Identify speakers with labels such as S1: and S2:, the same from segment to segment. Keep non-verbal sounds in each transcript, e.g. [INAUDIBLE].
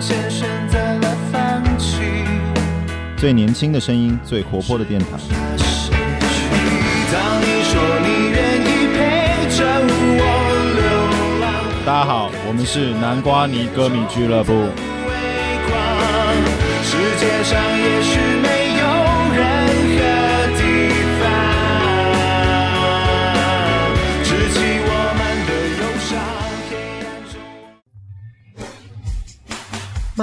S1: 先选择了放弃。
S2: 最年轻的声音，最活泼的电台。
S1: 当你说你愿意陪着我流浪，
S2: 大家好，我们是南瓜泥歌迷俱乐部。
S1: 微光，世界上也许没有任何地方，只起我们的忧伤。黑暗中
S3: 妈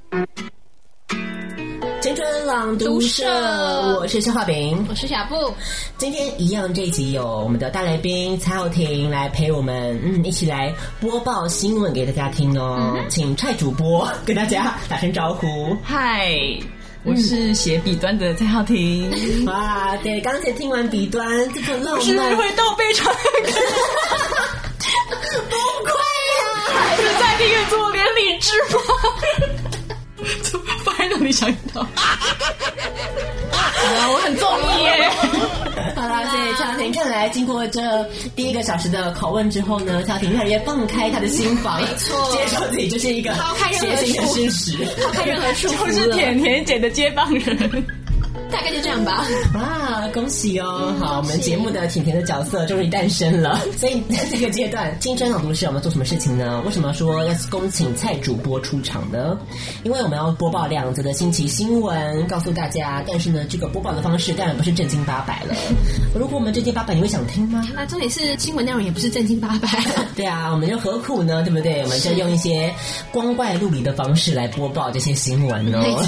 S4: 青春朗读社，我是肖画饼。
S5: 我是小布，
S4: 今天一样，这一集有我们的大来宾蔡浩婷来陪我们，嗯，一起来播报新闻给大家听哦。请蔡主播跟大家打声招呼。
S6: 嗨，
S4: 嗯
S6: 我是写笔端的蔡浩
S4: [LAUGHS]
S6: 婷，
S4: 哇，对，刚才听完笔端这个浪
S6: 是
S4: 漫，
S6: 会到非常
S4: [LAUGHS]
S6: 的还啊是在订阅做连理智
S4: [LAUGHS]
S6: 吗？怎么让你想 [LAUGHS] 到？我很中意耶！
S4: [LAUGHS] 好啦，所以蔡浩婷看来经过这第一个小时的拷问之后呢，蔡浩婷越来越放开她的心
S6: [LAUGHS]
S4: 房，没错，接受自己就是一个
S5: 抛开任何
S4: 血腥的
S5: 束
S4: 事实。
S5: 看任何束缚
S6: 我是
S5: 了，
S6: 甜甜姐的接棒人，
S5: 大概就这样吧。
S4: 啊，恭喜哦！
S6: 嗯
S4: 好，我们节目的甜甜的角色终于诞生了。所以在这个阶段，青春朗读室我们要做什么事情呢？为什么要说要恭请蔡主播出场呢？因为我们要播报两则的新奇新闻，告诉大家。但是呢，这个播报的方式当然不是正经八百了。 [LAUGHS] 如果我们正经八百，你会想听吗？
S5: 那重点是新闻内容也不是正经八 [LAUGHS] 百，
S4: 对啊，我们就何苦呢？对不对？我们就用一些光怪陆离的方式来播报这些新闻
S5: 没
S4: 哦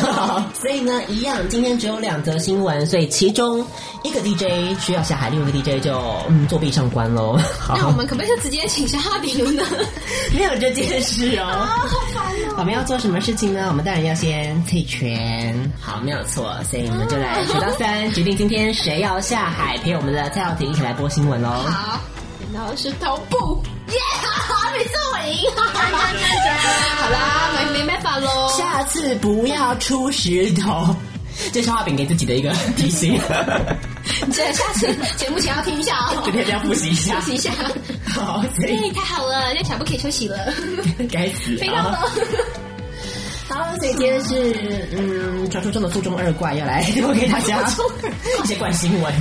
S5: 错。
S4: 所以呢，一样，今天只有两则新闻，所以其中一个 DJ 需要下海，另一个 DJ 就嗯作弊上官喽。
S5: 那我
S4: 好，
S5: 们可不可以就直接请肖哈比呢？
S4: [LAUGHS] 没有这件事哦。我们要做什么事情呢？我们当然要先退权。好，没有错，所以我们就来数到三，决定今天谁要下海，陪我们的蔡耀婷一起来播新闻喽。
S5: 好，然后是头部，耶、每次我赢，好啦，没没办法喽。
S4: 下次不要出石头。这是画饼给自己的一个 [LAUGHS] 提醒，
S5: 这下次节目前要听一下哦，
S4: 今天要复习一下
S5: 休。息一下。
S4: 好，所
S5: 哎，
S4: 以
S5: 太好了，那小布可以休息 [LAUGHS] 了，
S4: 该死
S5: 飞到
S4: 啊！
S5: 了。
S4: 好，所以今天是嗯，传说中的附中二怪要来我给大家一些怪新闻。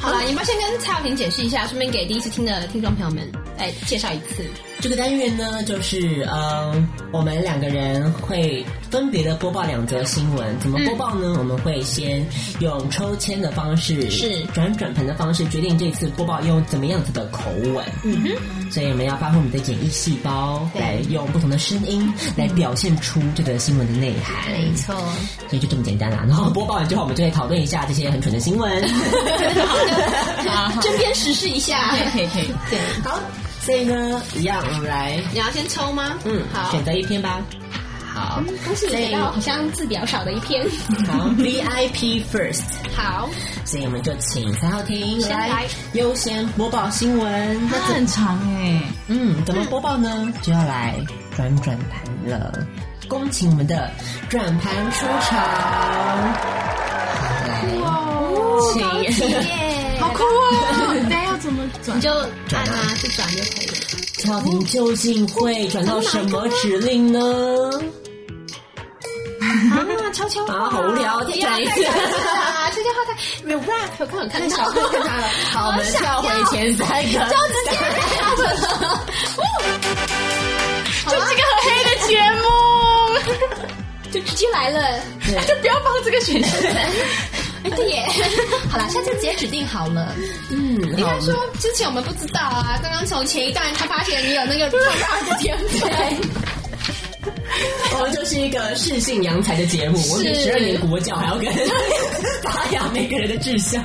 S5: 好了，你们先跟蔡小婷解释一下，顺便给第一次听的听众朋友们来介绍一次。
S4: 这个单元呢，就是嗯，我们两个人会分别的播报两则新闻。怎么播报呢？我们会先用抽签的方式，
S5: 是
S4: 转转盘的方式决定这次播报用怎么样子的口吻。嗯哼，所以我们要发挥我们的演绎细胞，来用不同的声音来表现出这个新闻的内涵。
S5: 没错，
S4: 所以就这么简单啦、然后播报完之后，我们就会讨论一下这些很蠢的新闻。
S5: [LAUGHS] 针砭实施一下。
S6: 可以可以，
S5: 对，
S4: [LAUGHS] 好，所以呢，一样我们来，
S5: 你要先抽吗？
S4: 嗯，
S5: 好
S4: 选。择一篇吧。好。
S5: 恭喜你得到好像字比较少的一篇。
S4: 好，VIP first，
S5: 好，
S4: 所以我们就请三号厅
S5: 先来
S4: 来优先播报新闻。
S6: 它
S4: 那怎
S6: 很长哎，
S4: 嗯，怎么播报呢？就要来转转盘了。恭请我们的转盘出场。好来，请
S5: 耶！好酷
S6: 哇，
S5: [LAUGHS]
S6: 大家要怎么转
S5: 你？就按啊，就转就可以了。
S4: 赵婷究竟会转到什么指令呢？
S5: 啊，悄悄
S4: 啊，好无聊，再转一次。
S5: 啊，悄悄话太没有 rap，我刚好看到小看他了。
S4: 好，我们跳回前三个，
S5: [LAUGHS] 就直接 rap 了。
S6: 就这个很黑的节目，
S5: 就直接来了。
S6: 就不要放这个选项。
S5: 哎，对耶，好啦，下次直接指定好了。
S4: 嗯，
S5: 应
S4: 好
S5: 该说之前我们不知道啊，刚刚从前一段才发现你有那个 rap 的天分。
S4: 我们哦就是一个适性扬才的节目，我比十二年国教还
S5: [LAUGHS]
S4: 要跟发扬每个人的志向。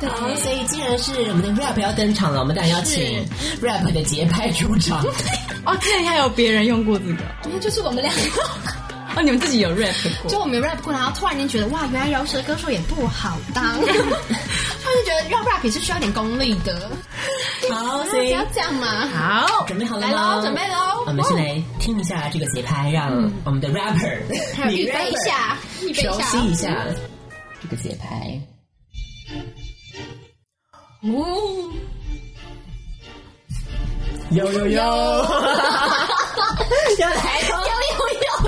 S5: 对
S4: 好，所以既然是我们的 rap 要登场了，我们当然要请 rap 的节拍出场。
S5: [LAUGHS]
S6: 哦，之前还有别人用过这个，
S5: 因为就是我们两个。
S6: 哦，你们自己有 rap 过？
S5: 就我没 rap 过，然后突然间觉得哇，原来饶舌歌手也不好 [LAUGHS] 当，突然就觉得要 rap 也是需要点功力的。
S4: 好，
S5: 不
S4: 所以
S5: 要这样嘛！
S6: 好，
S4: 准备好了
S5: 来
S4: 吗？
S5: 喽，准备喽！
S4: 我们先来听一下这个节拍，让我们的 rapper
S5: 还有
S4: 女
S5: 预备一
S4: rapper
S5: 下，预备一
S4: 熟
S5: 下，
S4: 悉一下这个节拍。
S5: 哦，
S4: 有有有，
S5: 又来了，又又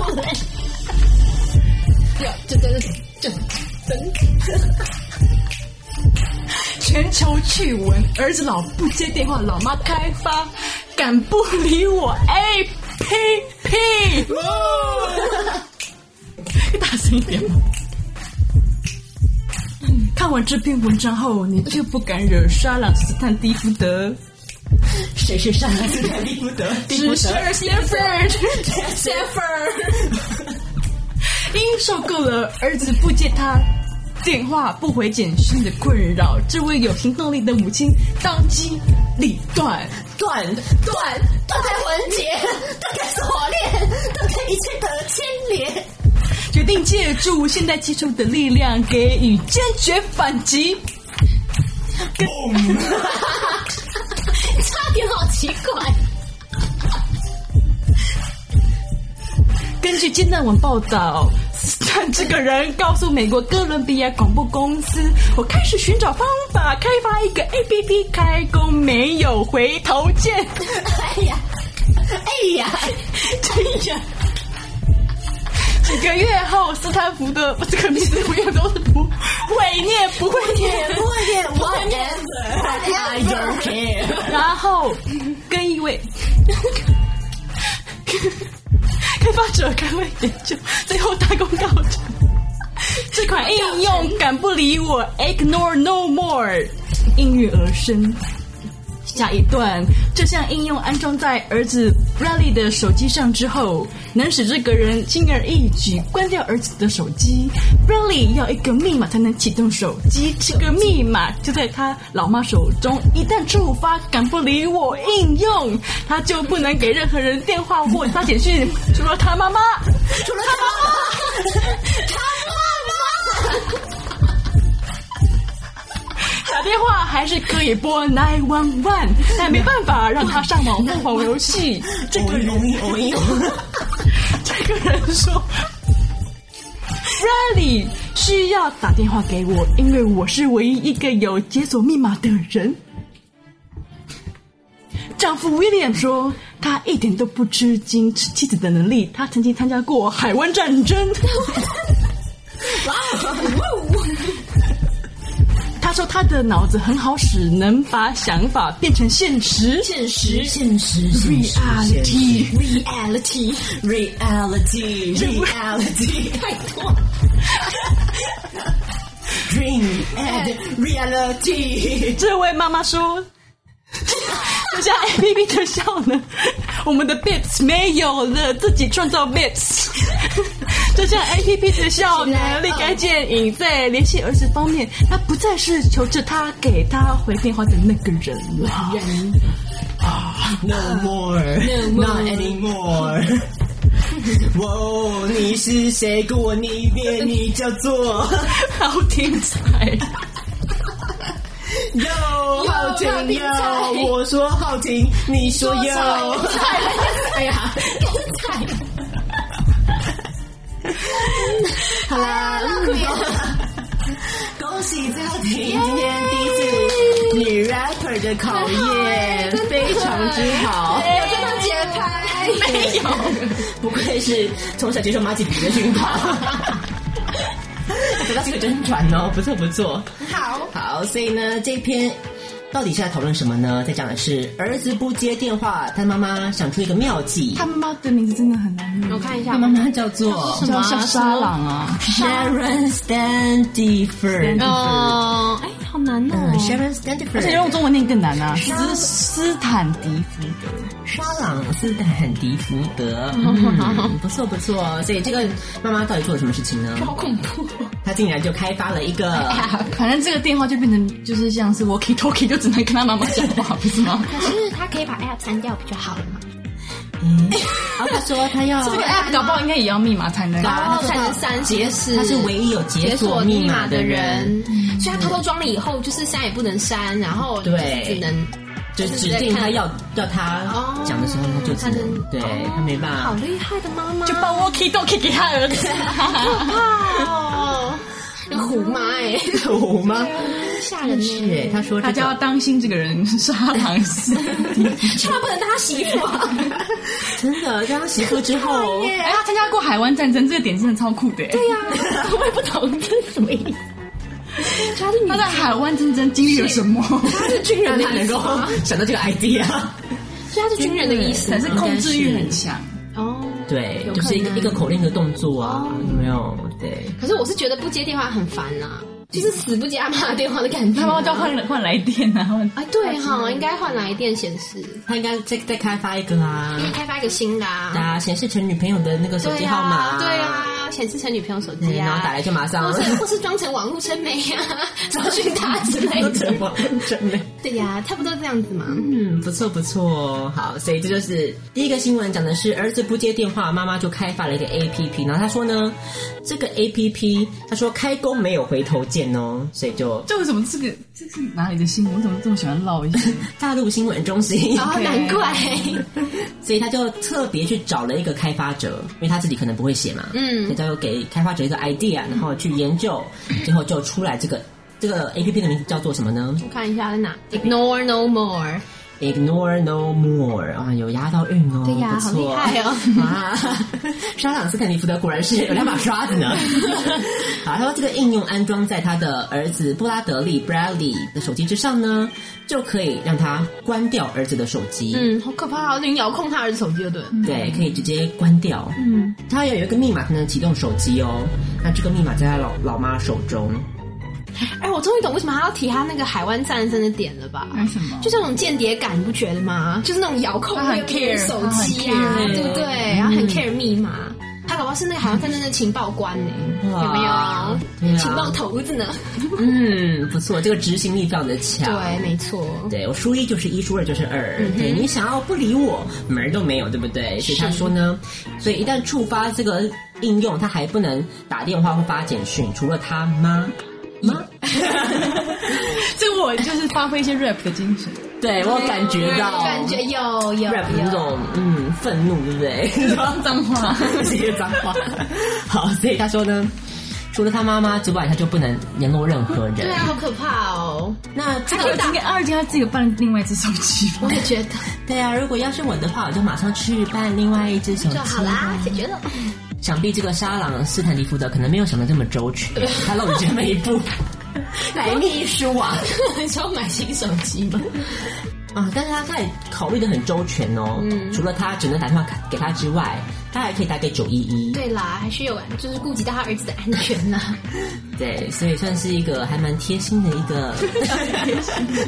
S5: 又来，有，这这这这真
S6: 全球趣闻，儿子老不接电话，老妈开发，敢不理我？哎呸呸！大声一点嘛。看完这篇文章后，你就不敢惹莎朗斯坦蒂夫德，
S4: 谁是上来斯坦利福德？利
S6: 只
S4: 福
S6: 是
S4: 德
S6: Stanford Stanford。因受够了儿子不接他电话、不回简讯的困扰，这位有行动力的母亲当机立断。
S4: 断断断开环节，断开锁链，断开一切的牵连。
S6: 决定借助现代技术的力量，给予坚决反击。
S5: 差点好奇怪，
S6: 根据《金蛋网》报道，斯坦这个人告诉美国哥伦比亚广播公司：“我开始寻找方法，开发一个 APP，开工没有回头箭。
S5: 哎 [LAUGHS] 呀，哎呀，真呀，”
S6: 几个月后，斯坦福的这个名字永远都是不会念，不会念，
S4: 不会念 whatever，I don't care。
S6: 然后跟一位 [LAUGHS] 开发者开会研究，最后大功告成。这款应用敢不理我，Ignore No More，应运而生。下一段，这项应用安装在儿子 Bradley 的手机上之后，能使这个人轻而易举关掉儿子的手机。Bradley 要一个密码才能启动手机，这个密码就在他老妈手中。一旦触发“敢不理我”应用，他就不能给任何人电话或发简讯，除了他妈妈。除了他妈妈，打电话还是可以拨 nine one one，但没办法让他上网玩网游戏。 [LAUGHS] 这个人， [LAUGHS] 这个人说，Riley 需要打电话给我，因为我是唯一一个有解锁密码的人。丈夫 William 说，他一点都不吃惊妻子的能力，他曾经参加过海湾战争。他说他的脑子很好使，能把想法变成现实。
S4: 现实，现实现实
S6: Reality
S4: reality reality reality 太多了。Dream and reality，
S6: 这位妈妈说， [LAUGHS] 这下 A P P 的效能，我们的 Bips 没有了，自己创造 [LAUGHS] Bips。这项 A P P 的效能立竿见影，在联系儿子方面，他不再是求着他给他回电话的那个人了。
S4: No
S6: [LAUGHS]
S4: more，No more，Not anymore。哇哦，你是谁？跟我念一遍，你叫做
S6: 好精彩！
S4: 哟，浩
S5: 浩
S4: 婷
S5: 廷在
S4: 哟，我说浩婷，你说
S5: 多少
S4: 哟。
S5: 菜了？哎呀，菜。好啦，
S4: 恭喜最后婷今天第一次女 rapper 的考验，非常之好，
S5: 有这张节拍，
S4: 没有，不愧是从小接受马吉比的熏陶， [LAUGHS] 得到这个真传哦，不错不错。
S5: 好，
S4: 好，所以呢，这篇到底是在讨论什么呢？在讲的是儿子不接电话，他妈妈想出一个妙计
S6: 他，妈妈的名字真的很难念，
S5: 我看一下
S4: 他妈妈叫做
S6: 叫像沙朗
S4: [LAUGHS]
S6: 啊，
S4: Sharon Standifer，
S5: 哦，哎，好难
S4: 嗯
S5: 哦。
S4: ，Sharon
S6: 而
S4: Standifer，
S6: 且用中文念更难啊，斯斯坦迪夫德。
S4: 沙朗斯坦迪福德， [LAUGHS] 嗯，不错不错。所以这个妈妈到底做了什么事情呢？
S5: 好恐怖！
S4: 她竟然就开发了一个，
S6: [LAUGHS]
S7: [LAUGHS]
S6: 反正这个电话就变成就是像是 walkie
S7: [LAUGHS]
S6: talkie，就只能跟他妈妈讲话，不是吗？
S5: 可是他可以把 app 删掉不就好了吗？
S4: 哎、
S5: 然后他说他要
S7: 这个 app 搞不好应该也要密码才能。
S5: 然后才能三
S4: 解
S5: 是
S4: 他是唯一有解
S5: 解
S4: 锁
S5: 锁
S4: 密
S5: 密
S4: 码
S5: 码
S4: 的
S5: 的
S4: 人
S5: 人，，嗯所以他偷偷装了以后，就是删也不能删，然后就是
S4: 对
S5: 只能
S4: 就指定他要要他
S5: 哦
S4: 讲的时候，他就只
S5: 他
S4: 能
S5: 能
S4: 对他没办
S5: 好
S4: 法。
S5: 哦厉害的妈妈，
S7: 就把 walkie talkie 给他儿子，
S5: 哦，那虎妈哎，
S4: [LAUGHS] 有吗？
S5: 吓人
S4: 是
S5: 呢，
S4: 哎，他说这
S7: 他
S4: 个
S7: 就要当心这个人是哈唐斯。
S5: 千万不能当他媳妇啊，
S4: 真的，当他媳妇之后，
S7: [LAUGHS] 哎，他参加过海湾战争，这个点真的超酷的。欸对呀，
S5: 啊我也不懂这是什么意思，他是女
S7: 他在海湾战争经历了什么？
S4: 他是军人，他能够哦想到这个 idea，
S5: 所以他是啊军人的
S7: [LAUGHS]
S5: 意思
S7: 但是
S5: 吗
S7: 控制欲很强。
S5: 哦。
S4: 对，
S5: 有可能
S4: 就是一个一个口令的动作啊，有没有？对，
S5: 可是我是觉得不接电话很烦啊啦、就是死不接阿妈的电话的感觉、
S7: 他
S5: 啊。
S7: 妈妈叫换来换来电啊，换
S5: 哎，对哈，应该换来电显示，
S4: 他应该再再开发一个啊啦
S5: 应，该开发一个新的啊。
S4: 啊，显示成女朋友的那个手
S5: 对
S4: 机
S5: 呀、
S4: 号码，
S5: 对啊，显示成女朋友手
S4: 嗯，
S5: 机啊，
S4: 然后打来就马上
S5: 或。是或是装成网络称媒啊，找寻他之类
S4: 都
S5: 的。
S4: 成王真 [LAUGHS] 的，
S5: [LAUGHS] 对呀、差不多这样子嘛。
S4: 嗯，不错不错，好，所以这就是第一个新闻，讲的是儿子不接电话，妈妈就开发了一个 A P P，然后他说呢，这个 A P P，他说开工没有回头箭哦，所以就
S7: 这为什么这个这是哪里的新闻？我怎么这么喜欢唠一些？
S4: 大陆新闻中心，
S5: 哦，难怪，
S4: [LAUGHS] 所以他就特别去找了一个开发者，因为他自己可能不会写嘛，
S5: 嗯
S4: 所以他就给开发者一个 idea，然后去研究，最后就出来这个这个 A P P 的名字叫做什么呢
S5: 我看一下在哪。Ignore no more。
S4: ？Ignore No More 啊，有押到韵哦，
S5: 对呀、
S4: 不
S5: 好厉
S4: 错
S5: 害哦。
S4: [LAUGHS] 啊，沙朗斯肯尼福德果然是有两把刷子呢。 [LAUGHS] 好，他说这个应用安装在他的儿子布拉德利 （Bradley） 的手机之上呢，就可以让他关掉儿子的手机。
S5: 嗯，好可怕、哦，你遥控他儿子手机就对了。
S4: 对，可以直接关掉。嗯，他要有一个密码才能启动手机哦。那这个密码在他老老妈手中。
S5: 哎，我终于懂为什么他要提他那个海湾战争的点了吧？
S7: 为什么
S5: 就是那种间谍感，你不觉得吗？就是那种遥控
S7: 他很
S5: 那个
S7: care，
S5: 手机
S7: 他
S5: 啊，
S7: 很 care
S5: 对不对？然后很 care 密码。他老爸是那个海湾战争的情报官呢、
S4: 哇
S5: 有没有？
S4: 对啊
S5: 情报头子呢？
S4: 嗯，不错，这个执行力非常的强。
S5: 对，没错。
S4: 对我输一就是一，输二就是二。
S5: 嗯
S4: 对你想要不理我，门儿都没有，对不对？所以他说呢，所以一旦触发这个应用，他还不能打电话或发简讯，除了他妈妈。
S7: [LAUGHS]
S5: [LAUGHS]
S7: 这个我就是发挥一些 rap 的精 [LAUGHS] 神。
S4: 对我有感觉到，
S5: 感觉有有
S4: rap 那
S5: 有。
S4: 种嗯愤怒，对不对？ [LAUGHS]
S7: 脏话，
S4: 这些脏话。好，所以他说呢，除了他妈妈之外，他就不能联络任何人。
S5: 对啊，好可怕哦！
S4: 那这
S7: 他可
S4: 个
S7: 以打给二姐，他自己有办另外一只手机吧 [LAUGHS]
S5: 我也觉得
S4: 对啊，如果要是我的话，我就马上去办另外一只手机
S5: 就好啦，解决了。
S4: 想必这个沙朗斯坦利福德可能没有想到这么周全，他漏了这么一步，来秘书啊
S5: [LAUGHS] 你想买新手机吗？
S4: 啊！但是他他也考虑的很周全哦，除了他只能打电话给他之外，他还可以打给九一一，
S5: 对啦，还是有就是顾及到他儿子的安全啊啦。
S4: 对，所以算是一个还蛮贴心的一个， [LAUGHS]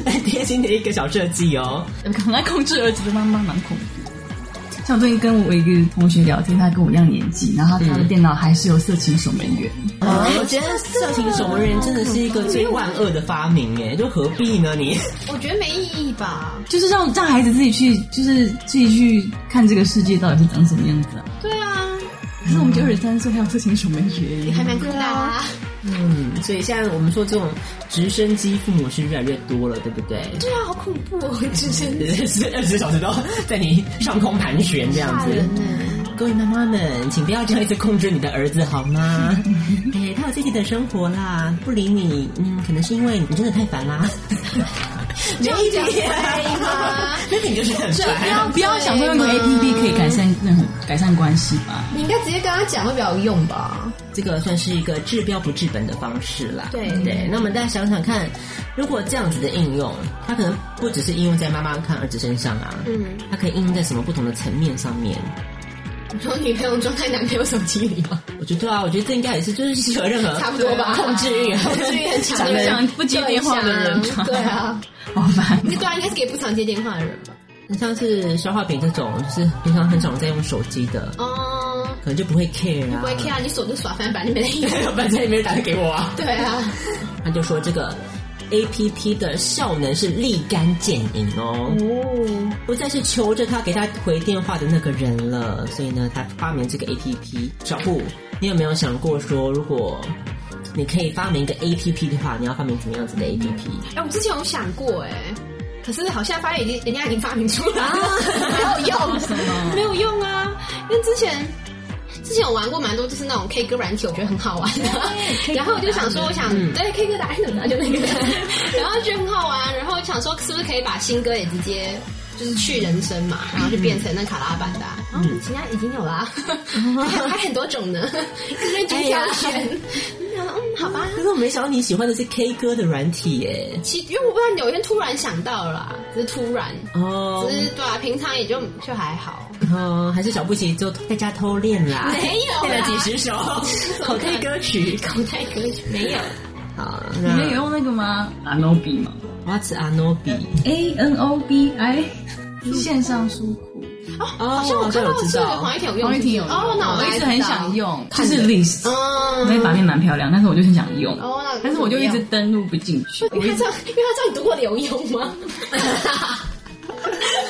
S4: 蛮贴心的一个小设计哦。
S7: 很爱控制儿子的妈妈，蛮恐怖的。像我最近跟我一个同学聊天，他跟我一样年纪，然后他的电脑还是有色情守门员。
S4: 啊我觉得色情守门人真的是一个最万恶的发明哎，就何必呢你？
S5: 我觉得没意义吧。
S7: 就是让让孩子自己去，就是自己去看这个世界到底是长什么样子啊。
S5: 对啊，
S7: 可是我们就二十三岁，还有色情守门员，
S5: 还蛮酷的啊。
S4: 嗯，所以现在我们说这种直升机父母是越来越多了，对不对？
S5: 对啊，好恐怖哦！直升机
S4: 是二十小时都在你上空盘旋这样
S5: 吓
S4: 子。
S5: 人呢、
S4: 各位妈妈们，请不要这样一直控制你的儿子好
S5: [LAUGHS]
S4: 吗？哎，他有自己的生活啦，不理你，嗯，可能是因为你真的太
S5: [LAUGHS]
S4: 烦啦。
S5: 这样讲可以吗？
S4: [LAUGHS] 那你就是很烦。
S7: 不要想说用个 A P P 可以改善任何改善关系吧。
S5: 你应该直接跟他讲会比较有用吧？
S4: 这个算是一个治标不治本的方式啦。
S5: 对
S4: 对，那我们大家想想看，如果这样子的应用，它可能不只是应用在妈妈看儿子身上啊，
S5: 嗯，
S4: 它可以应用在什么不同的层面上面？
S5: 你说女朋友装在男朋友手机里吗？
S4: 我觉得对啊，我觉得这应该也是，就是适合任何
S5: [LAUGHS] 差不多吧，
S4: 控制欲，啊
S5: 控制欲很 [LAUGHS] 强
S4: 想
S5: 的
S7: 想
S5: 人，
S7: 不接电话的人
S5: 对啊对啊，
S7: [LAUGHS] 好烦，
S5: 你对啊，应该是给不常接电话的人吧？
S4: [LAUGHS] 像是消化饼这种，就是平常很少在用手机的，
S5: 哦，
S4: 可能就不会 care 啊，
S5: 不会 care [LAUGHS] 啊你锁就耍，反正把那边的
S4: 反正也没人打给我啊。
S5: 对啊，
S4: 他就说这个 APP 的效能是立竿见影哦，不再是求着他给他回电话的那个人了。所以呢，他发明这个 APP。小布，你有没有想过说，如果你可以发明一个 APP 的话，你要发明怎么样子的 APP？
S5: 哎、我之前有想过哎、可是好像发现已经人家已经发明出来了，啊没有 [LAUGHS] 用，没有用啊！因为之前之前我玩过蛮多，就是那种 K 歌软体，我觉得很好玩的。 [LAUGHS] 然后我就想说，我想对 K 歌打什么就那个， [LAUGHS] 然后觉得很好玩，然后想说是不是可以把新歌也直接。就是去人声嘛，然后就变成那卡拉版的、啊，然后其他已经有啦、 [LAUGHS] 还有还很多种呢，就是去挑 [LAUGHS] 选。然后嗯，好吧，
S4: 可是我没想到你喜欢的是 K 歌的软体耶。
S5: 其因为我不知道有一天突然想到了啦，只是突然，
S4: 哦
S5: 只是对啊，平常也就就还好。
S4: 哦，还是小布奇就在家偷练啦，
S5: 没有啦
S4: 练了几
S5: [LAUGHS]
S4: 十首口袋歌曲。
S5: 口袋歌曲没有，
S4: 好，
S6: 你们
S4: 那
S6: 有用那个吗？Anobi 吗
S4: What's a Nobi？
S6: ？A N O B I 线上书库，
S4: 哦，
S5: 好像我看到是黄一婷有用，
S6: 黄玉婷有用
S5: 哦，那
S6: 我
S5: 我
S6: 一直很想
S5: 用，
S6: 用，就是 list，那
S5: 嗯，
S6: 个版面蛮漂亮，但是我就是想用
S5: 哦那，
S6: 但是我就一直登录不进去。
S5: [LAUGHS] 因为他知道，因为他知道你读过刘墉
S6: [LAUGHS]
S5: 吗？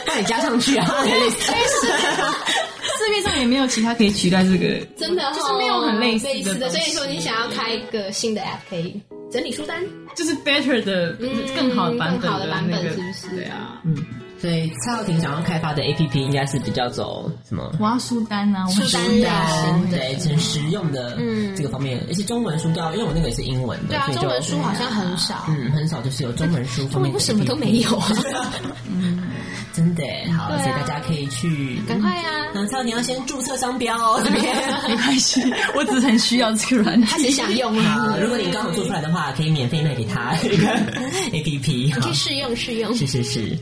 S4: 那你加上去啊。 [LAUGHS]
S6: 市面上也没有其他可以取代这个，
S5: 真的哦，
S6: 就是没有很类似的
S5: 类似的，
S6: 东西
S5: 所以说你想要开一个新的 app 可以整理书单，
S6: 就是 better 的
S5: 嗯
S6: 更好的版
S5: 更
S6: 本
S5: 好的版
S6: 那
S5: 本
S6: 个
S5: 是不嗯是，
S6: 对啊，
S4: 所以蔡浩庭想要开发的 APP 应该是比较走什么？
S6: 我要书单啊，我
S5: 书单啊呀，
S4: 对，很实用的这个方面，而且中文书标，因为我那个也是英文
S5: 嗯对
S4: 的，
S5: 啊
S4: 所，以就
S5: 中文书好像很少，
S4: 嗯很少就是有中文书
S5: 中
S4: 方
S5: 文
S4: 面
S5: 书什
S4: 的 APP，
S5: 么都没有 [LAUGHS] 啊，
S4: 真的耶好，
S5: 对啊
S4: 所以大家可以去
S5: 赶快啊！
S4: 那超，你要先注册商标哦，
S5: [LAUGHS]
S4: 这边。
S6: 没
S5: 嗯
S6: 关系，我只是很需要这个软
S5: 他
S6: 体。
S5: 只想用啊
S4: [LAUGHS] 好，，如果你刚好做出来的话，可以免费卖给
S5: [LAUGHS]
S4: 他一个 A P P。
S5: 可
S4: 好
S5: 以，试用试用。
S4: 是是是。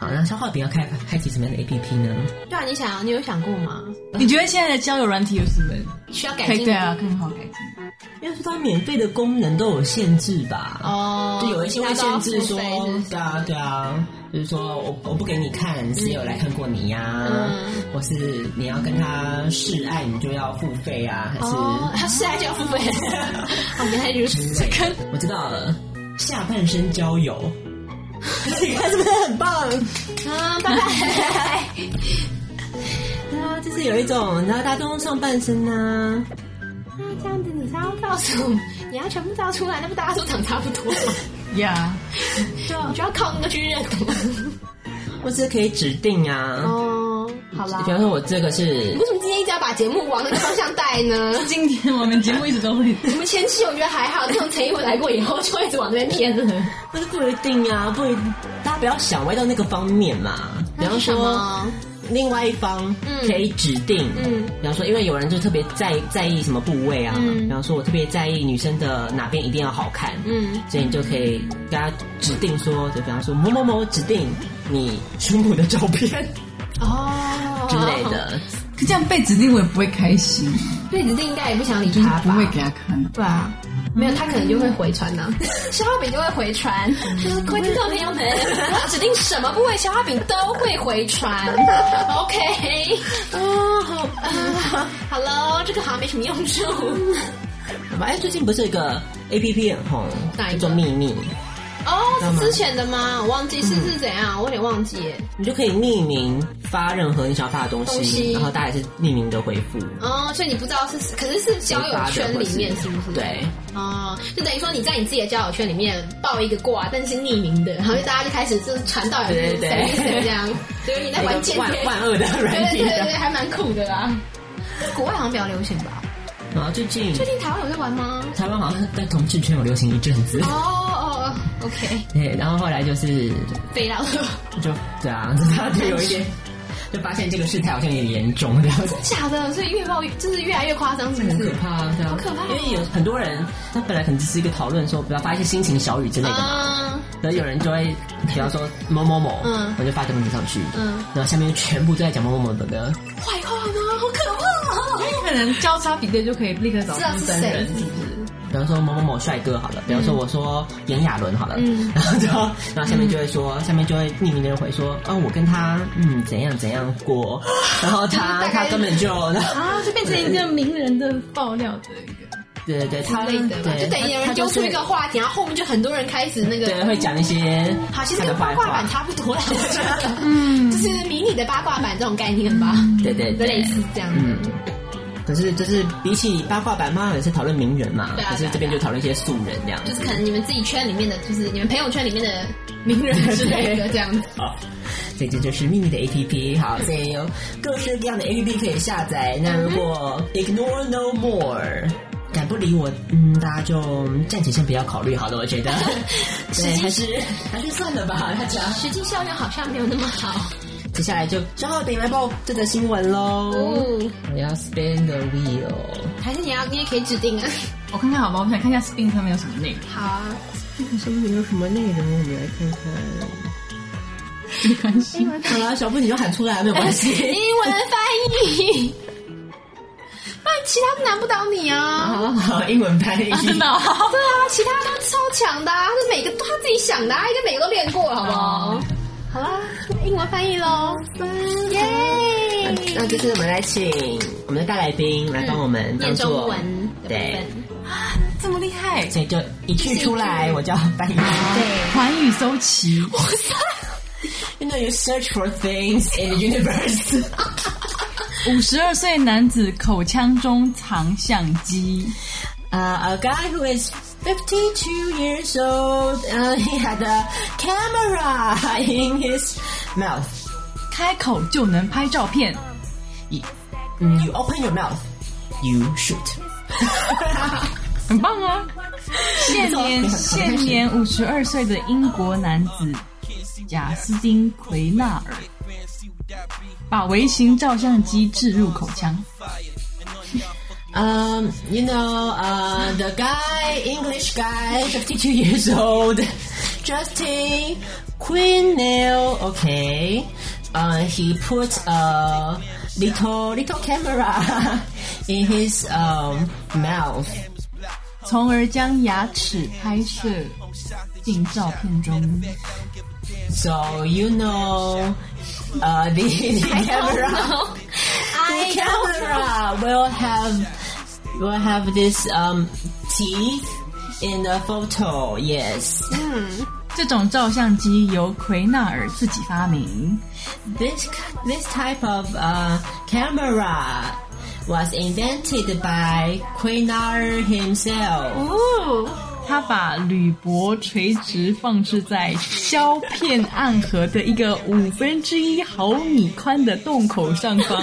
S4: 好，那消化饼要开开启什么样的 A P P 呢？
S5: 对啊，你想，你有想过吗？
S6: 你觉得现在的交友软体有什么
S5: 需要
S6: 可
S5: 改
S6: 以
S5: 进？
S6: 对啊更好改进？
S4: 应该说它免费的功能都有限制吧？
S5: 哦，
S4: 就有一些会限制说
S5: 大家都要付费是不，是
S4: 对啊对啊，就是说我我不给你看，谁有来看过你呀、
S5: 嗯
S4: 或是你要跟他示爱，你就要付费啊，还是、
S5: 哦，他现在就要付费。
S4: [LAUGHS]
S5: 哦，原来如此。
S4: 这个我知道了，下半身交友，你 [LAUGHS] 看是不是很棒？
S5: 啊，拜拜。
S4: 对啊，就是有一种，然后大家都用上半身啊，
S5: 那这样子你是要倒数，你要全部倒出来，那不大家都长差不多吗？
S6: 呀，啊
S5: 就你就要靠那个去认同。
S4: 或是可以指定啊。
S5: 哦，好啦
S4: 比。方说，我这个是
S5: 你为什么今天一直要把节目往那个方向带呢？
S6: 今天我们节目一直都会
S5: 我们前期我觉得还好，自从陈一文来过以后，就一直往那边偏了。
S4: 不是不一定啊，不一大家不要想歪到那个方面嘛。比方
S5: 什
S4: 说，
S5: 么？
S4: 另外一方
S5: 嗯
S4: 可以指定，
S5: 嗯
S4: 比方说，因为有人就特别在在意什么部位啊，
S5: 嗯
S4: 比方说我特别在意女生的哪边一定要好看，
S5: 嗯，
S4: 所以你就可以跟他指定说，就比方说某某某指定你胸部的照片
S5: 哦哦
S4: 之类。的，
S6: 可这样被指定，我也不会开心，
S5: 对子弟应该也不想理
S6: 就是
S5: 他吧？
S6: 不会给他看。
S5: 对啊，没有他可能就会回传呐、消化饼就会回传，就是各位听众朋友们，我要指定什么部位消化饼都会回传。OK，哦，好吧，好了，这个好像没什么用处。
S4: 好吧？哎，最近不是有一个 A P P 很红
S5: 哦哪，一个
S4: 叫做秘密，
S5: 哦，是之前的吗？我忘记是是怎样，我有点忘记耶。
S4: 你就可以匿名发任何你想发的东西，
S5: 东西
S4: 然后大家也是匿名的回复。
S5: 哦，所以你不知道是，可是是交友圈里面是不是？
S4: 对，
S5: 哦，就等于说你在你自己的交友圈里面报一个卦，但是匿名的，然后就大家就开始就是传到底
S4: 对
S5: 是谁
S4: 对对
S5: 是谁这样，就是你在玩间
S4: 万
S5: 谍，
S4: 万恶的
S5: 对
S4: 软
S5: 对
S4: 体
S5: 对
S4: 的
S5: 对， [LAUGHS] 对，还蛮酷的啊啦。国外好像比较流行吧？
S4: 然后最近
S5: 最近台湾有在玩吗？
S4: 台湾好像在同志圈有流行一阵子
S5: 哦，哦哦，OK，
S4: 对，然后后来就是
S5: 飞到了，
S4: 就对啊，他就有一点就发现这个事态好像有点严重，这样子。
S5: 假的，所以越报越就是越来越夸张，是不
S4: 很可
S5: 是？
S4: 怕啊，对啊，
S5: 好可怕哦
S4: 因为有很多人，他本来可能只是一个讨论，说比方发一些心情小语之类的嘛，
S5: 啊，
S4: 然后有人就会，比方说某某某，
S5: 嗯
S4: 我就发个文字上去，
S5: 嗯
S4: 然后下面全部都在讲某某某的歌，
S5: 坏话吗？好可怕哦！
S6: 可能交叉比对就可以立刻
S5: 知
S6: 找出
S5: 道是
S6: 真
S5: 谁
S6: 人，
S5: 是不是？
S4: 比方说某某某帅哥好了，比方说我说炎亚纶好了，
S5: 嗯
S4: 然后就然后下面就会说，下面就会匿名的人回说，啊、我跟他嗯怎样怎样
S5: [LAUGHS]
S4: 过，然后他
S5: 大概 [LAUGHS]
S4: 他根本就。然后
S5: 啊，就变成一
S6: 一
S5: 个
S6: 个名人的爆料的一个，
S4: 对对对，他
S5: 之类的吧，
S4: 对
S5: 就等于有人丢出一个，话题，然后后面就很多人开始那
S4: 他他就是对，
S5: 个。
S4: 会讲一些
S5: 好，其实
S4: 他的
S5: 跟
S4: 坏
S5: 八卦版
S4: 话，
S5: 差不多啦，我觉 [LAUGHS] 得，嗯，就是迷你的八卦版这种概念吧，
S4: 对对对，
S5: 类似这样。
S4: 嗯。可是，就是比起八卦版嘛，也是讨论名人嘛，
S5: 对啊
S4: 可是这边就讨论一些素人这样
S5: 就是
S4: 子。
S5: 可能你们自己圈里面的，就是你们朋友圈里面的名人之类的这样子。
S4: 好，所以哦这就是秘密的 APP。好，所以有各式各样的 APP 可以下载。那如
S5: 嗯
S4: 果 Ignore No More。敢不理我，嗯，大家就暂且先不要考虑好了，我觉
S5: [LAUGHS]
S4: 得，对，还是还是算了吧，大家。
S5: 实际效用好像没有那么好。
S4: 接下来就张浩鼎来报这则新闻喽。
S5: 哦，
S4: 我要 spin the wheel。
S5: 还是你要，你也可以指定啊。
S6: 我看看好吧，我想看一下 Spin 上面有什么内容。
S5: 好啊，
S4: 这个上面有什么内容？我们来看看。
S6: 没关系，
S4: [LAUGHS] 好了，小布你就喊出来，没有
S5: [LAUGHS] [LAUGHS]
S4: 关
S5: 英
S4: 系。 [LAUGHS]
S5: 文翻译，那哎其他难不倒你啊。
S4: 好好，英文翻译。
S6: 真的哦，
S5: 对啊，其他都超强的、啊，是每个都他自己想的、啊，应该每个都练过，好不好？好啦，英文翻译喽，耶！
S4: 那就是我们来请我们的大来宾来帮我们当
S5: 嗯念中
S4: 做
S5: 文的部
S4: 对
S5: 分，，
S6: 这么厉害！
S4: 所以就一句出来，我就要翻译。
S6: 环宇搜奇，
S4: You know you search for things in the
S5: [LAUGHS]
S4: universe 。
S6: 五十二岁男子口腔中藏相机，
S4: Uh, a guy who is 52 years old, uh, he had a camera in his mouth.
S6: 开口就能拍照片。
S4: Mm, You open your mouth, you shoot.
S6: 很棒啊！现年 [LAUGHS] 现年五十二岁的英国男子贾斯汀·奎纳尔，把微型照相机置入口腔。
S4: Um, you know, uh, the guy, English guy, 52 years old, Justin Quinnell, okay. Uh, he put a little, little camera [LAUGHS] in his, um, mouth.
S6: 从而将牙齿拍摄进照片中。
S4: So, you know, uh, the, [LAUGHS] the camera,
S5: 哦 [LAUGHS] 哎
S4: the camera will have, will have this, um, teeth in the photo, yes.
S6: 这种照相机由奎纳尔自己发明，
S4: This this type of uh, camera was invented by Quinar himself.
S6: 他把铝箔垂直放置在胶片暗盒的一个五分之一毫米宽的洞口上方。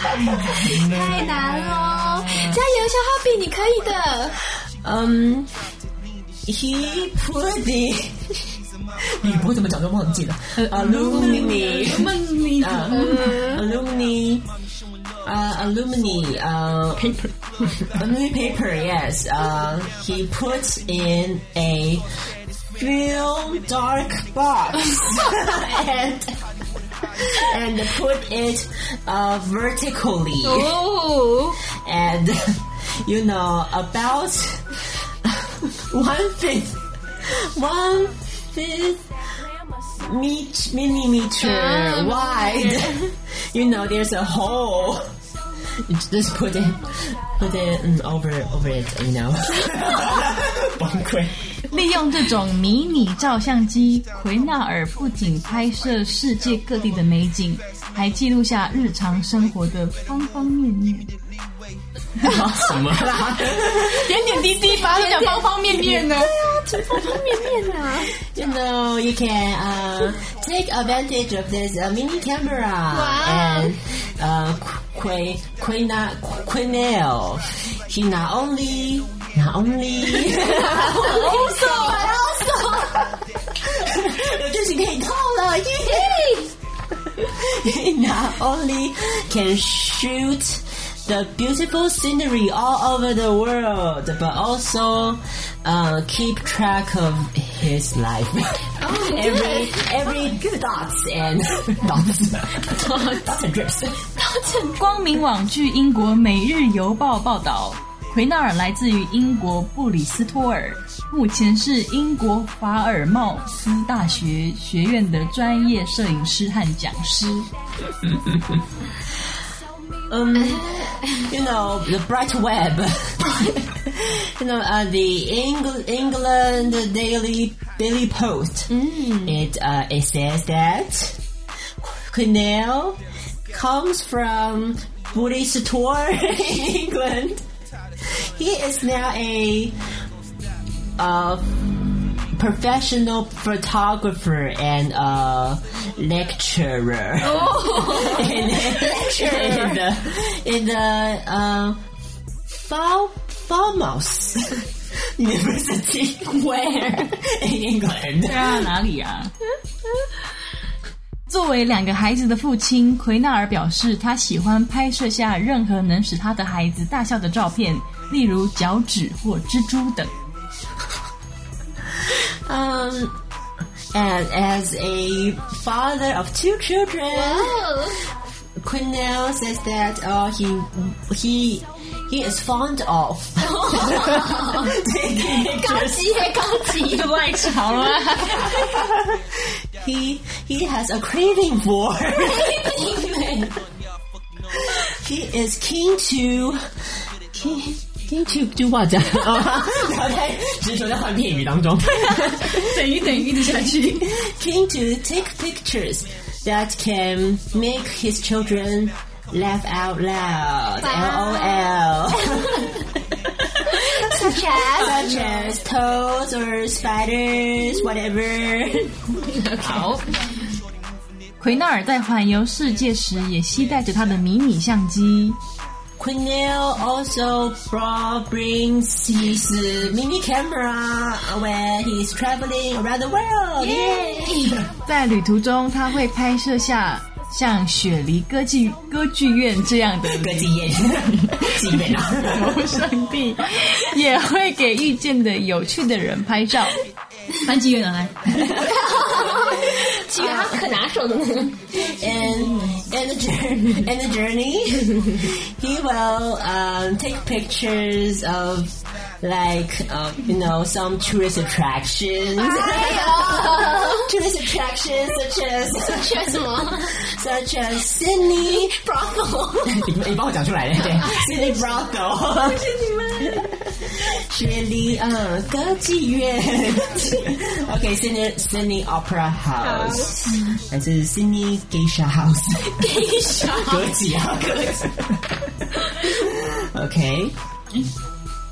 S5: 太难 [LAUGHS] 喽！加油，小浩比，你可以的。
S4: Um, he put [LAUGHS] the 你不会怎么讲都忘记了 alumni 呃 alumni 呃 alumni 呃 paper [LAUGHS] alumni paper yes uh he put in a film dark box [LAUGHS] and and put it uh vertically
S5: 哦，
S4: and [LAUGHS] you know about [LAUGHS] one fifth one fifth meet, millimeter
S5: Ah,
S4: wide [LAUGHS] you know there's a hole You just put it put it mm, over over it you know [LAUGHS] 崩溃
S6: 利用这种迷你照相机，奎纳尔不仅拍摄世界各地的美景，还记录下日常生活的方方面面。点点滴滴，把它讲方方面面呢。
S4: You know, you can uh, take advantage of this uh, mini camera and uh, Qu- Quina Quinel. He not only, not only, [LAUGHS] also, but also，有这是可以套了，耶、yeah!！He [LAUGHS] not only can shoot the beautiful scenery all over the world, but also uh, keep track of his life. [LAUGHS] every every dots and [LAUGHS] dots dots and drips.
S6: 光明网据英国《每日邮报》报道，奎纳尔来自于英国布里斯托尔，目前是英国法尔茂斯大学学院的专业摄影师和讲师。
S4: Um, you know the bright web. [LAUGHS] you know, uh, the Engl- England Daily Daily Post. It uh, it says that quenelle comes from Buddhist tour [LAUGHS] in England. He is now a uh, professional photographer and uh, lecturer. [LAUGHS] in, in the in the uh, Fal- Falmouth [LAUGHS] University, [LAUGHS] where in England.
S6: 对啊，哪里啊？ [LAUGHS] 作为两个孩子的父亲，奎纳尔表示，他喜欢拍摄下任何能使他的孩子大笑的照片，例如脚趾或蜘蛛等。，
S4: Um, and as a father of two children, Quinnell says that uh, he he he is fond of [LAUGHS] taking [LAUGHS] pictures.
S5: 极黑高级
S6: 太长了，
S4: He he has a craving [LAUGHS] for. he is keen to keen keen to do what? [LAUGHS] 然后在执着在换片语当中。
S6: [LAUGHS] 等于等于一直下
S4: [LAUGHS]
S6: 去。
S4: keen to take pictures that can make his children laugh out loud. LOL.
S5: 特权
S4: [LAUGHS] Such as toads or spiders, whatever.
S6: 好。奎纳尔在环游世界时，也携带着他的迷你相机。
S4: Quinnell also brought, brings his uh, mini camera when he's traveling around the world. Yay!
S6: 在旅途中，他会拍摄下像雪梨歌剧歌剧院这样的 [LAUGHS]
S4: [LAUGHS]
S6: 楼上帝，也会给遇见的有趣的人拍照。班级院长来，
S5: 几个他可拿手的呢？
S4: and and the journey, [LAUGHS] and the journey [LAUGHS] he will um, take pictures of like uh, you know some tourist attractions [LAUGHS] tourist attractions [LAUGHS] such as
S5: 缺什么？
S4: such as Sydney [LAUGHS] brothel 你帮我讲出来对 [LAUGHS] Sydney brothel [LAUGHS] uh, 雪梨嗯歌妓院 [LAUGHS] OK Sydney Sydney Opera House 还是 Sydney Geisha House [LAUGHS] Geisha 歌妓啊歌妓 OK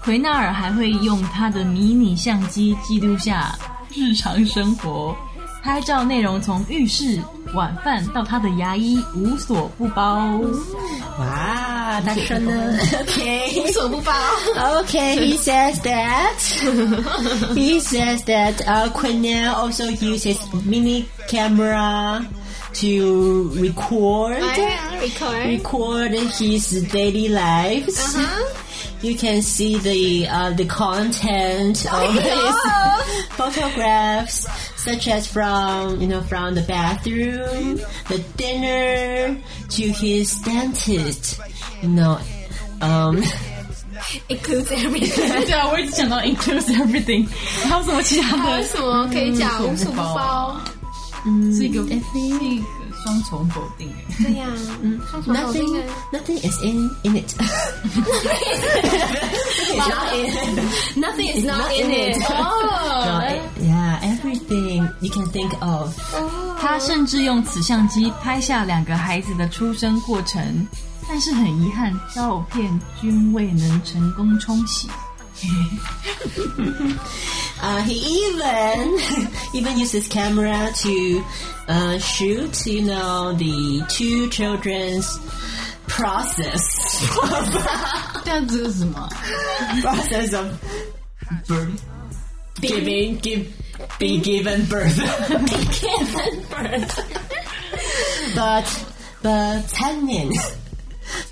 S6: 奎纳尔还会用他的迷你相机记录下日常生活，拍照内容从浴室、晚饭到他的牙医无所不包。
S4: 哇大声呢 OK
S5: 无所不包，
S4: Okay, he says that. he says that uh, Quinnell also uses mini camera to record
S5: 哎呀，record，
S4: record his daily lives.
S5: 啊哈，
S4: You can see the uh, the content of his [LAUGHS] photographs, such as from you know from the bathroom, the dinner to his dentist. You know, um. [LAUGHS]
S5: includes everything。
S6: 对啊，我一直想到 includes everything，还有什么其他
S5: 还有
S6: 的？
S5: 什么可以讲？无所不包。
S6: 是一个是一个双重否定欸耶。
S5: 对呀，嗯，双手好
S4: Nothing,
S5: 冰哎
S4: nothing is in in it. [LAUGHS] [LAUGHS] Nothing
S5: Nothing is
S4: is not in it. Oh，
S5: not in it。
S4: No,
S5: 哦，
S4: it- Yeah, everything you can think of.
S6: 他甚至用此相机拍下两个孩子的出生过程，但是很遗憾，照片均未能成功冲洗。
S4: Uh, he even [LAUGHS] even uses camera to uh, shoot, you know, the two children's process [LAUGHS]
S6: 这样子是什么？
S4: process of birth, giving give be given birth. [LAUGHS] be given birth. [LAUGHS] but but Tanyan,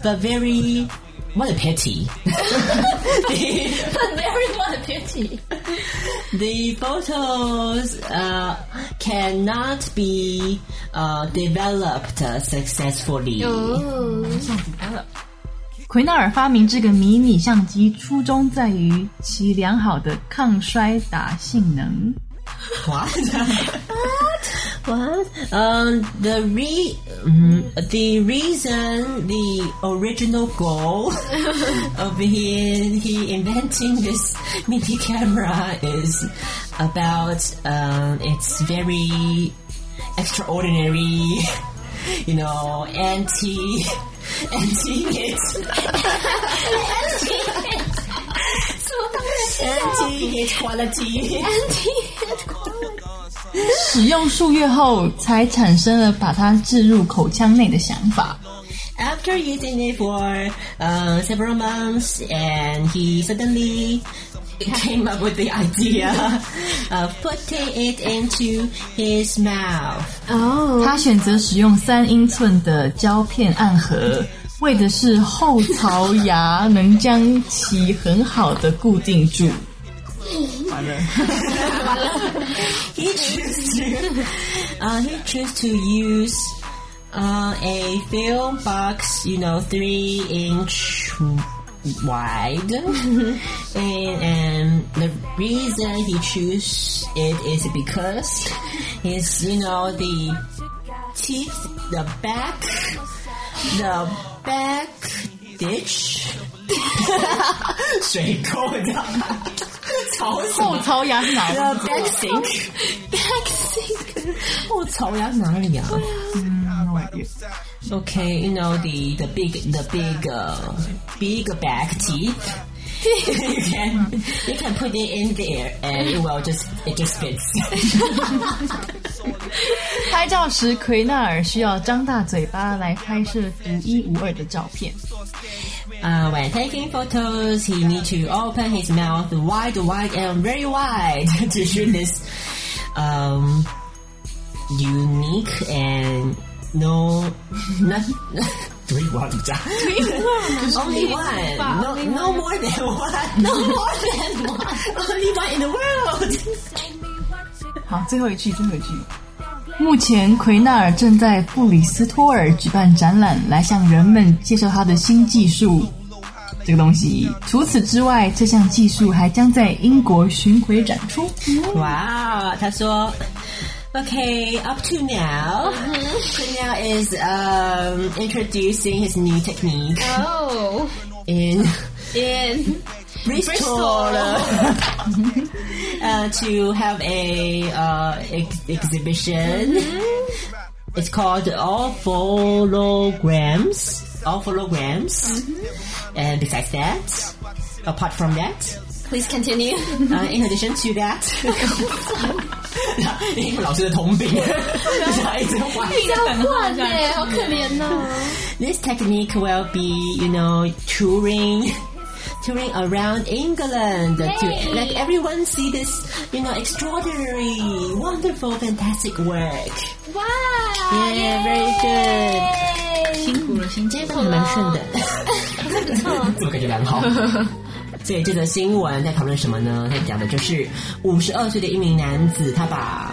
S4: but very what a pity. [LAUGHS]
S5: Very what a pity。
S4: The photos uh, cannot be uh, developed uh, successfully.
S5: Oh。
S6: 奎纳尔发明这个迷你相机，初衷在于其良好的抗摔打性能。
S4: [LAUGHS] What? What? Um, the re mm, the reason the original goal [LAUGHS] of he, he inventing this [LAUGHS] mini camera is about um, its very extraordinary, [LAUGHS] you know, anti [LAUGHS] anti hit [LAUGHS] anti hit quality.
S6: 使用数月后，才产生了把它置入口腔内的想法。
S4: After using it for uh, several months, and he suddenly [LAUGHS] came up with the idea [LAUGHS] of putting it into his mouth.
S5: 哦，
S6: 他选择使用三英寸的胶片暗盒，为的是后槽牙能将其很好的固定住。
S4: He chose to, uh, he chose to use uh, a film box, you know, three inch wide, and, and the reason he chose it is because it's you know the teeth, the back, the back ditch. 水沟的，吵死！ [LAUGHS]
S6: 后槽牙是哪？
S4: The back sink, back sink. 后槽牙哪里啊？Okay, you know the the big the big uh, big back teeth. [LAUGHS] you can you can put it in there and it will just it just fits.
S6: 拍照时，奎纳尔需要张大嘴巴来拍摄独一无二的照片。
S4: Uh, when taking photos, he need to open his mouth wide, wide, and very wide [LAUGHS] to shoot this um, unique and no, [LAUGHS] not three one. [LAUGHS] Only one, no, no more than [LAUGHS] one, no more than one, only one in the [LAUGHS] world.
S6: 好，最后一句，最后一句。目前，奎纳尔正在布里斯托尔举办展览，来向人们介绍他的新技术。这个东西。除此之外，这项技术还将在英国巡回展出。
S4: 嗯 Wow, 他说, okay, up to now, so now is um, introducing his new technique
S5: 哦
S4: in
S5: ，in
S4: Bristol, [LAUGHS] uh, to have a uh, ex- exhibition. It's called Orpholograms. Orpholograms. And besides that, apart from that,
S5: please continue，
S4: uh, in addition to that, [LAUGHS] [LAUGHS]
S5: 交换呢，好可怜哦。
S4: this technique will be, you know, touring. [LAUGHS] Touring around England to
S5: Yay.
S4: let everyone see this, you know, extraordinary, wonderful, fantastic work.
S5: 哇
S4: Yeah, very good.
S5: 辛苦了，
S4: 嗯
S5: 辛苦了，蛮
S4: 顺的。
S5: Mm. 不错。
S4: 怎么感觉良好？ [LAUGHS] 所以这则新闻在讨论什么呢？在讲的就是五十二岁的一名男子，他把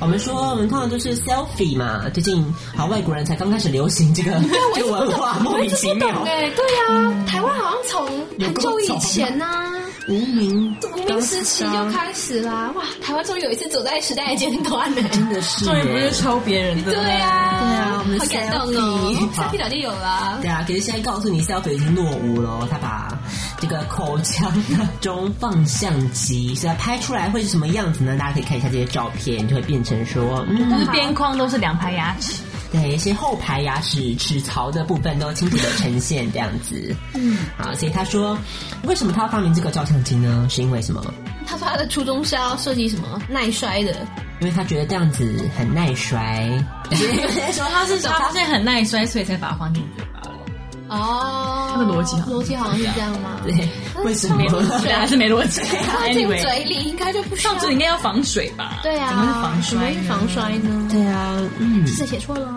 S4: 我们说我们通常都是 selfie 嘛，最近好外国人才刚开始流行这个这个文化，莫名其妙，
S5: 哎，对呀，台湾好像从很久以前啊呐、
S4: 无名
S5: 无名时期就开始啦。哇，台湾终于有一次走在时代的尖端了。
S4: 真的是耶
S6: 终于不是抄别人
S5: [LAUGHS]
S6: 的，
S5: 对呀，对
S4: 啊我们
S5: 好感动哦
S4: selfie
S5: 上帝早就有了。
S4: 对啊，可是现在告诉你 selfie 已经落伍了，他把这个口腔的中放相机，所以它拍出来会是什么样子呢？大家可以看一下这些照片，就会变成说，嗯，
S6: 就是边框都是两排牙齿。
S4: 对，一些后排牙齿齿槽的部分都清楚的呈现这样子。嗯，好，所以他说，为什么他要发明这个照相机呢？是因为什么？
S5: 他说他的初衷是要设计什么耐摔 [LAUGHS] 的，
S4: 因为他觉得这样子很耐摔。
S6: 说他是他发现很耐摔，所以才把它放进嘴巴了。
S5: 哦，
S6: 他的逻辑好像
S5: 逻辑好像是这样吗？
S4: 对， [LAUGHS] 为什么？
S6: 对，还是没逻辑。
S5: 放进
S6: anyway，
S5: 嘴里应该就不需要
S6: 上。嘴应该要防水吧？
S5: 对啊，
S6: 怎么是防
S5: 怎么
S6: 摔
S5: 会
S6: 呢？
S5: 防摔呢？
S4: 对啊，嗯，
S5: 字写错 [LAUGHS] 了。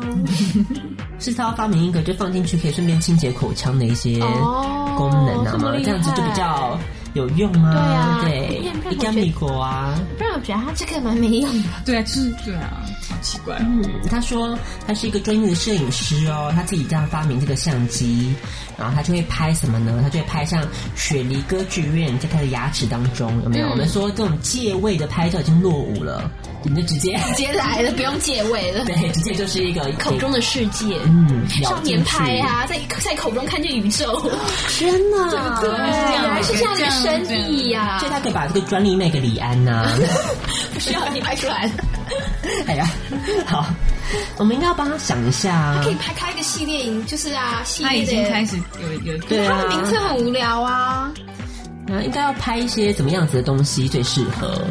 S4: 是他要发明一个就放进去可以顺便清洁口腔的一些
S5: 哦
S4: 功能啊
S5: 这么厉害
S4: 这样子就比较。有用吗？
S5: 对啊
S4: 对
S5: 因为不然我觉得
S4: 一干米果啊。
S5: 不然我觉得他这个蛮没用的。
S6: 对啊，就是对啊，好奇怪、哦。
S4: 嗯，他说他是一个专业的摄影师哦，他自己这样发明这个相机，然后他就会拍什么呢？他就会拍像雪梨歌剧院在他的牙齿当中，有没
S5: 嗯
S4: 有？我们说这种借位的拍照已经落伍了，你就直
S5: [LAUGHS]
S4: 接。
S5: 直接来了，不用借位了
S4: 对，直接就是一个
S5: 口中的世界，
S4: 嗯，咬
S5: 少年
S4: 进去
S5: 派啊，在在口中看见宇宙，
S6: [LAUGHS]
S3: 天哪！
S5: 对，还是这样
S6: 这
S5: 的啊
S6: 样
S5: 生意呀
S4: 所以，他可以把这个专利卖给李安呐、
S5: 不需要你拍出来了，
S4: [LAUGHS] 哎呀，好，我们应该要帮他想一下啊
S5: 可以。拍开一个系列营，就是啊，系
S6: 他已
S5: 列
S6: 经
S5: 的
S6: 开始有有
S4: 对
S5: 他
S4: 啊
S5: 的，名称很无聊啊，
S4: 然后应该要拍一些怎么样子的东西最适合？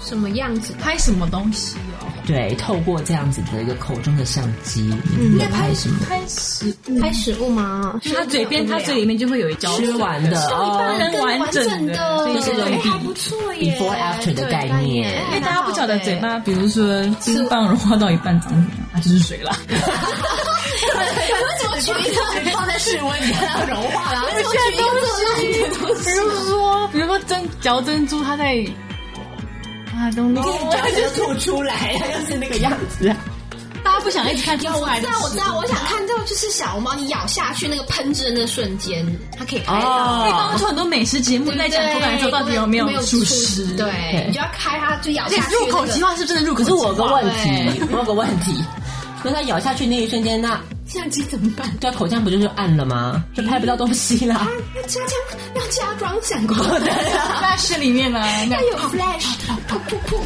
S5: 什么样子？
S6: 拍什么东西哦？
S4: 对，透过这样子的一个口中的相机，你要拍什么？
S6: 拍食
S5: 拍食物吗？
S6: 就是他嘴边，他嘴里面就会有一嚼
S4: 吃完的
S5: 哦，
S4: 哦
S6: 般，
S5: 更完整的，
S6: 对
S4: 就是这种
S5: 哎还不错耶
S4: before after 的
S5: 对
S4: 概念
S5: 哎
S6: 因为大家不晓得
S5: [LAUGHS]
S6: 嘴
S5: 蛮好
S6: 巴，比如说冰棒融化到一半怎么样，它就是水啦。 [LAUGHS]
S5: 的。哎我怎么取一个放在室温，你让它融化了？我怎么取一个这么烂的东西
S6: 比？如说，比如说珍嚼珍珠，它在啊，东东，
S4: 就吐出来，就是那个样子啊。
S6: 大家不想一直看出
S5: 我
S6: 来
S5: 知
S6: 的
S5: 道，我知道，我想看到就是小猫，你咬下去那个喷汁的那个瞬间，它可以拍到。
S4: 哦
S6: 因为当初很多美食节目
S5: 对不
S6: 在
S5: 对
S6: 讲口感的时候，到底有没
S5: 有
S6: 有
S5: 出
S6: 属实？
S5: 对，你就要开它，就咬
S6: 而
S5: 下
S6: 且
S5: 去、那
S6: 入
S5: 个。
S6: 口即化是真的入口
S4: [LAUGHS] 可
S6: 即
S4: 是我
S6: 化。
S4: 有个问题
S5: 对，
S4: [LAUGHS] 我有个问题，那它咬下去那一瞬间，那
S5: 相机怎么办？
S4: 对啊口腔不就是暗了吗？就拍不到东西啦。
S5: 要加加，要加装闪 [LAUGHS] 光灯啊，
S6: 在室里面呢，那
S5: 要有 flash，噗噗噗，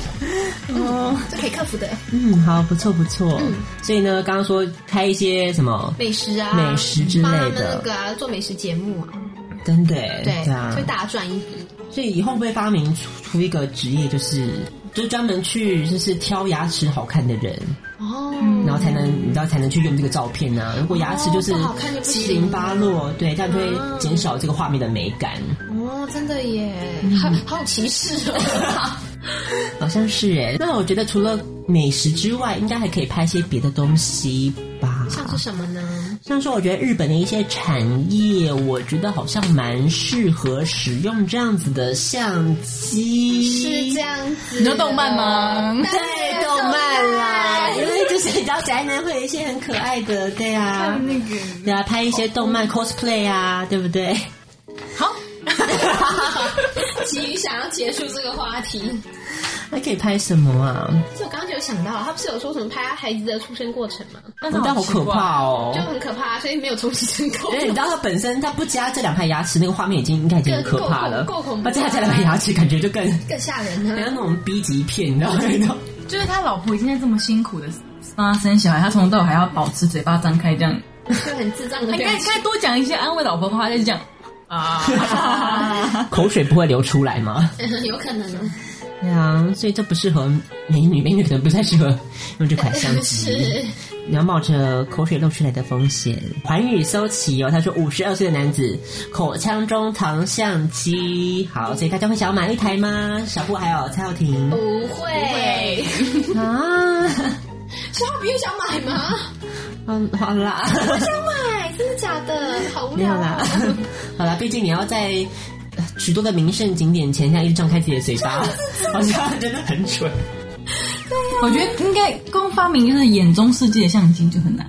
S5: 嗯，这可以克服的。
S4: 嗯，好，不错不错。所以呢，刚刚说拍一些什么，
S5: 美食啊，
S4: 美食之类的
S5: 帮他们那个啊，做美食节目啊，
S4: 真的
S5: 对，
S4: 啊
S5: 会。大赚一笔。
S4: 所以以后会发明出出一个职业，就是就专门去就是挑牙齿好看的人，
S5: 哦，
S4: 然后才能你知道才能去用这个照片啊。如果牙齿就是
S5: 哦不好看就不行
S4: 七零八落，对，这样就会减少这个画面的美感。
S5: 哦，真的耶，好好有歧视 [LAUGHS] 哦。
S4: 好像是哎，那我觉得除了美食之外，应该还可以拍一些别的东西吧。
S5: 像是什么呢？
S4: 像是我觉得日本的一些产业，我觉得好像蛮适合使用这样子的相
S5: 是
S4: 机。
S5: 这样子，
S6: 你说动漫？吗？
S5: 对
S4: 对，动漫啦，因为就是你知道宅男会有一些很可爱的，对啊，
S6: 那个
S4: 对啊，拍一些动漫 cosplay 啊，对不对？
S6: 好，
S5: 急于想要结束这个话题，
S4: 还可以拍什么啊？
S5: 其实我刚刚就有想到，他不是有说什么拍他孩子的出生过程吗？
S6: 但是
S4: 你知道好可怕哦
S5: 就。很可怕，所以没有重生过
S4: 哎因。为你知道它本身它不加这两排牙齿，那个画面已经应该已经很可怕了。
S5: 够够够恐怖
S4: 它加这两排牙齿，感觉就更
S5: 更吓人
S4: 很像
S5: 啊！
S4: 那种 B 级片，你知道吗？
S6: 就是他老婆已经在这么辛苦的帮他生小孩，他从头到尾还要保持嘴巴张开这样。
S5: 就很智障的
S6: 他应
S5: 表
S6: 该应
S5: 情，
S6: 该多讲一些安慰老婆话，就是讲啊，
S4: [LAUGHS] 口水不会流出来吗？
S5: [LAUGHS] 有可能啊
S4: 对啊，所以这不适合美女，美女可能不太适合用这款相
S5: 是
S4: 机。 [LAUGHS] 你要冒着口水漏出来的风险。环宇搜奇哦，他说五十二岁的男子口腔中藏相机。好，所以大家会想要买一台吗？小布还有蔡耀婷
S5: 不会。
S6: 哦
S4: 啊，
S5: 小宝不又想买吗？
S4: 嗯，好啦，
S5: 买，真的假的？嗯好无
S4: [LAUGHS] 没有
S5: 聊啊
S4: 啦，好啦，毕竟你要在。呃许多的名胜景点前，像一直张开自己的嘴
S6: [LAUGHS]
S4: 巴，好像真的很蠢。
S6: [LAUGHS] 我觉得应该光发明就是眼中世界的相机就很难，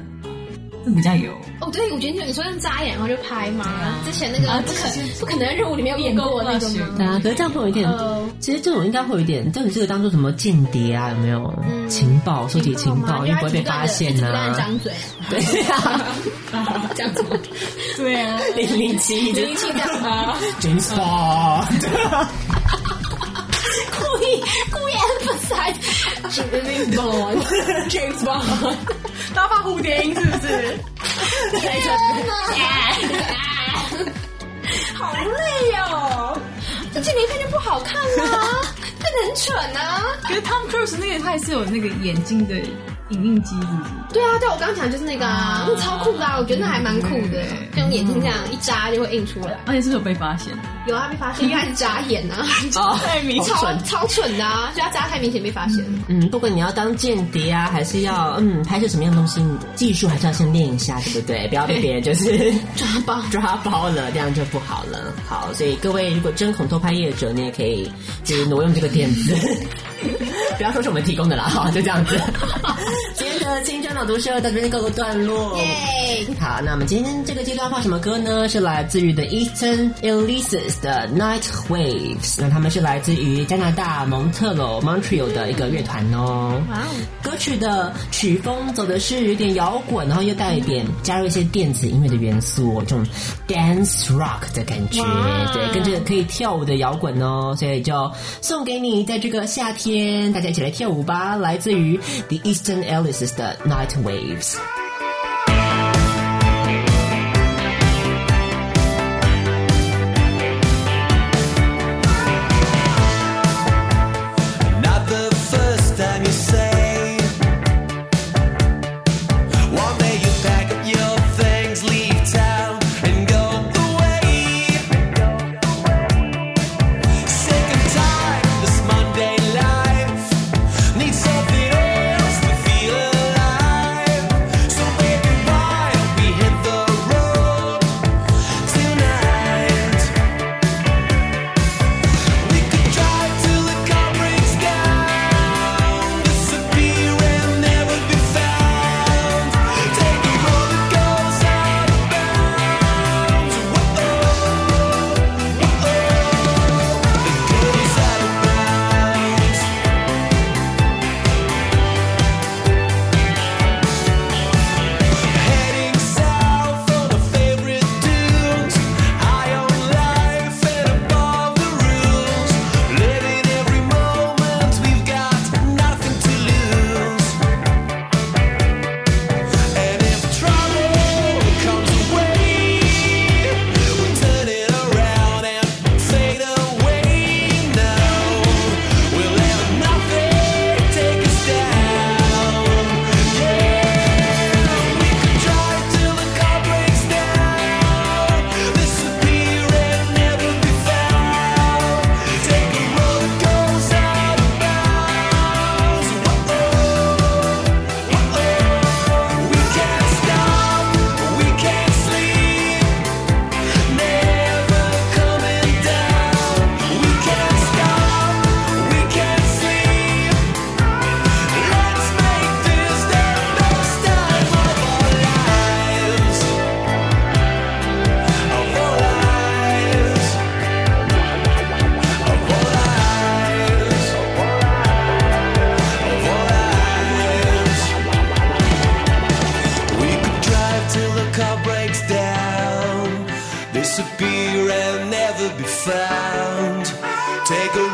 S6: 这比较有。
S5: 哦，对，我觉得你说用扎眼然后就拍嘛，之前那个不可不可能的任务里面有演过那个吗？
S4: 对啊，可是这样会有一点，
S5: 嗯哦
S4: 其实这种应该会有一点，就你这个当做什么间谍啊，有没有？
S5: 嗯
S4: 情报收集情报，因为不会被发现
S5: 呐。
S4: 呐、啊。
S5: 张嘴，
S4: [LAUGHS]
S5: [LAUGHS]
S4: 对啊，
S5: 这样子吗？
S6: 对啊，
S4: 零零七
S5: [LAUGHS] 零零七啊这样吗？
S4: James
S5: [LAUGHS]
S4: Bond，
S5: 故意故意 emphasize James
S6: [LAUGHS]
S5: Bond，James Bond，
S6: 他发蝴蝶音是不 [LAUGHS] 是？
S5: [LAUGHS] 好累哦！这这一看就不好 [LAUGHS] 看啦、啊，看得很蠢啊！
S6: 可是 Tom Cruise 那个他也是有那个眼睛的影印机是不是？
S5: 对啊，对我刚刚讲的就是那个啊，那超酷的啊，我觉得那还蛮酷的，就用眼睛这样一眨就会印出来。
S6: 而且是不是有被发现？
S5: 有啊，被发 [LAUGHS] 现，因为他是眨眼啊，
S6: 太明
S4: 哦
S5: 超超蠢的啊，所以他眨太明显被发现了。
S4: 嗯，不管你要当间谍啊，还是要嗯拍摄什么样的东西，你技术还是要先练一下，对不对？不要被别人就是
S5: 抓包
S4: [LAUGHS] 抓包了，这样就不好了。好，所以各位如果真恐偷拍业者，你也可以就是挪用这个点子， [LAUGHS] 不要说是我们提供的啦，哈，就这样 [LAUGHS] 子。今天的青春朗读社到这边告个段落。
S5: 耶，
S4: 好，那我们今天这个阶段要放什么歌呢？是来自于 The Eastern Elysees 的 Night Waves，那他们是来自于加拿大蒙特楼 Montreal 的一个乐团哦。
S5: 哇哦，
S4: 歌曲的曲风走的是有点摇滚，然后又带一点加入一些电子音乐的元素，这种 dance rock 的感觉，对，跟着可以跳舞的摇滚哦，所以就送给你，在这个夏天，大家一起来跳舞吧。来自于 The Eastern Alices 的 Night Waves。
S8: Not the first time you say One day you pack up your things, leave town and go away Sick and tired of this Monday life Need something else to feel alive So baby why don't we hit the road tonight we could drive till the car breaks down, disappear and never be found. Take a road that goes out of bounds. Whoa, goes out of bounds. Heading south on the favorite dunes, high on life and above the rules. Living every moment, we've got nothing to lose. And if trouble comes away, we turn it around and fade away. Now we'll let nothing take us down. Yeah, we could drive till the car breaks down, disappear and never be found. Take a road that goes out of bounds. We can't stop, we can't sleep, never coming down. We can't stop, we can't sleep. Let's make this the best time of our lives, of our lives, of our lives, of our lives. We could drive till the car breaks down, disappear and never be found. Take a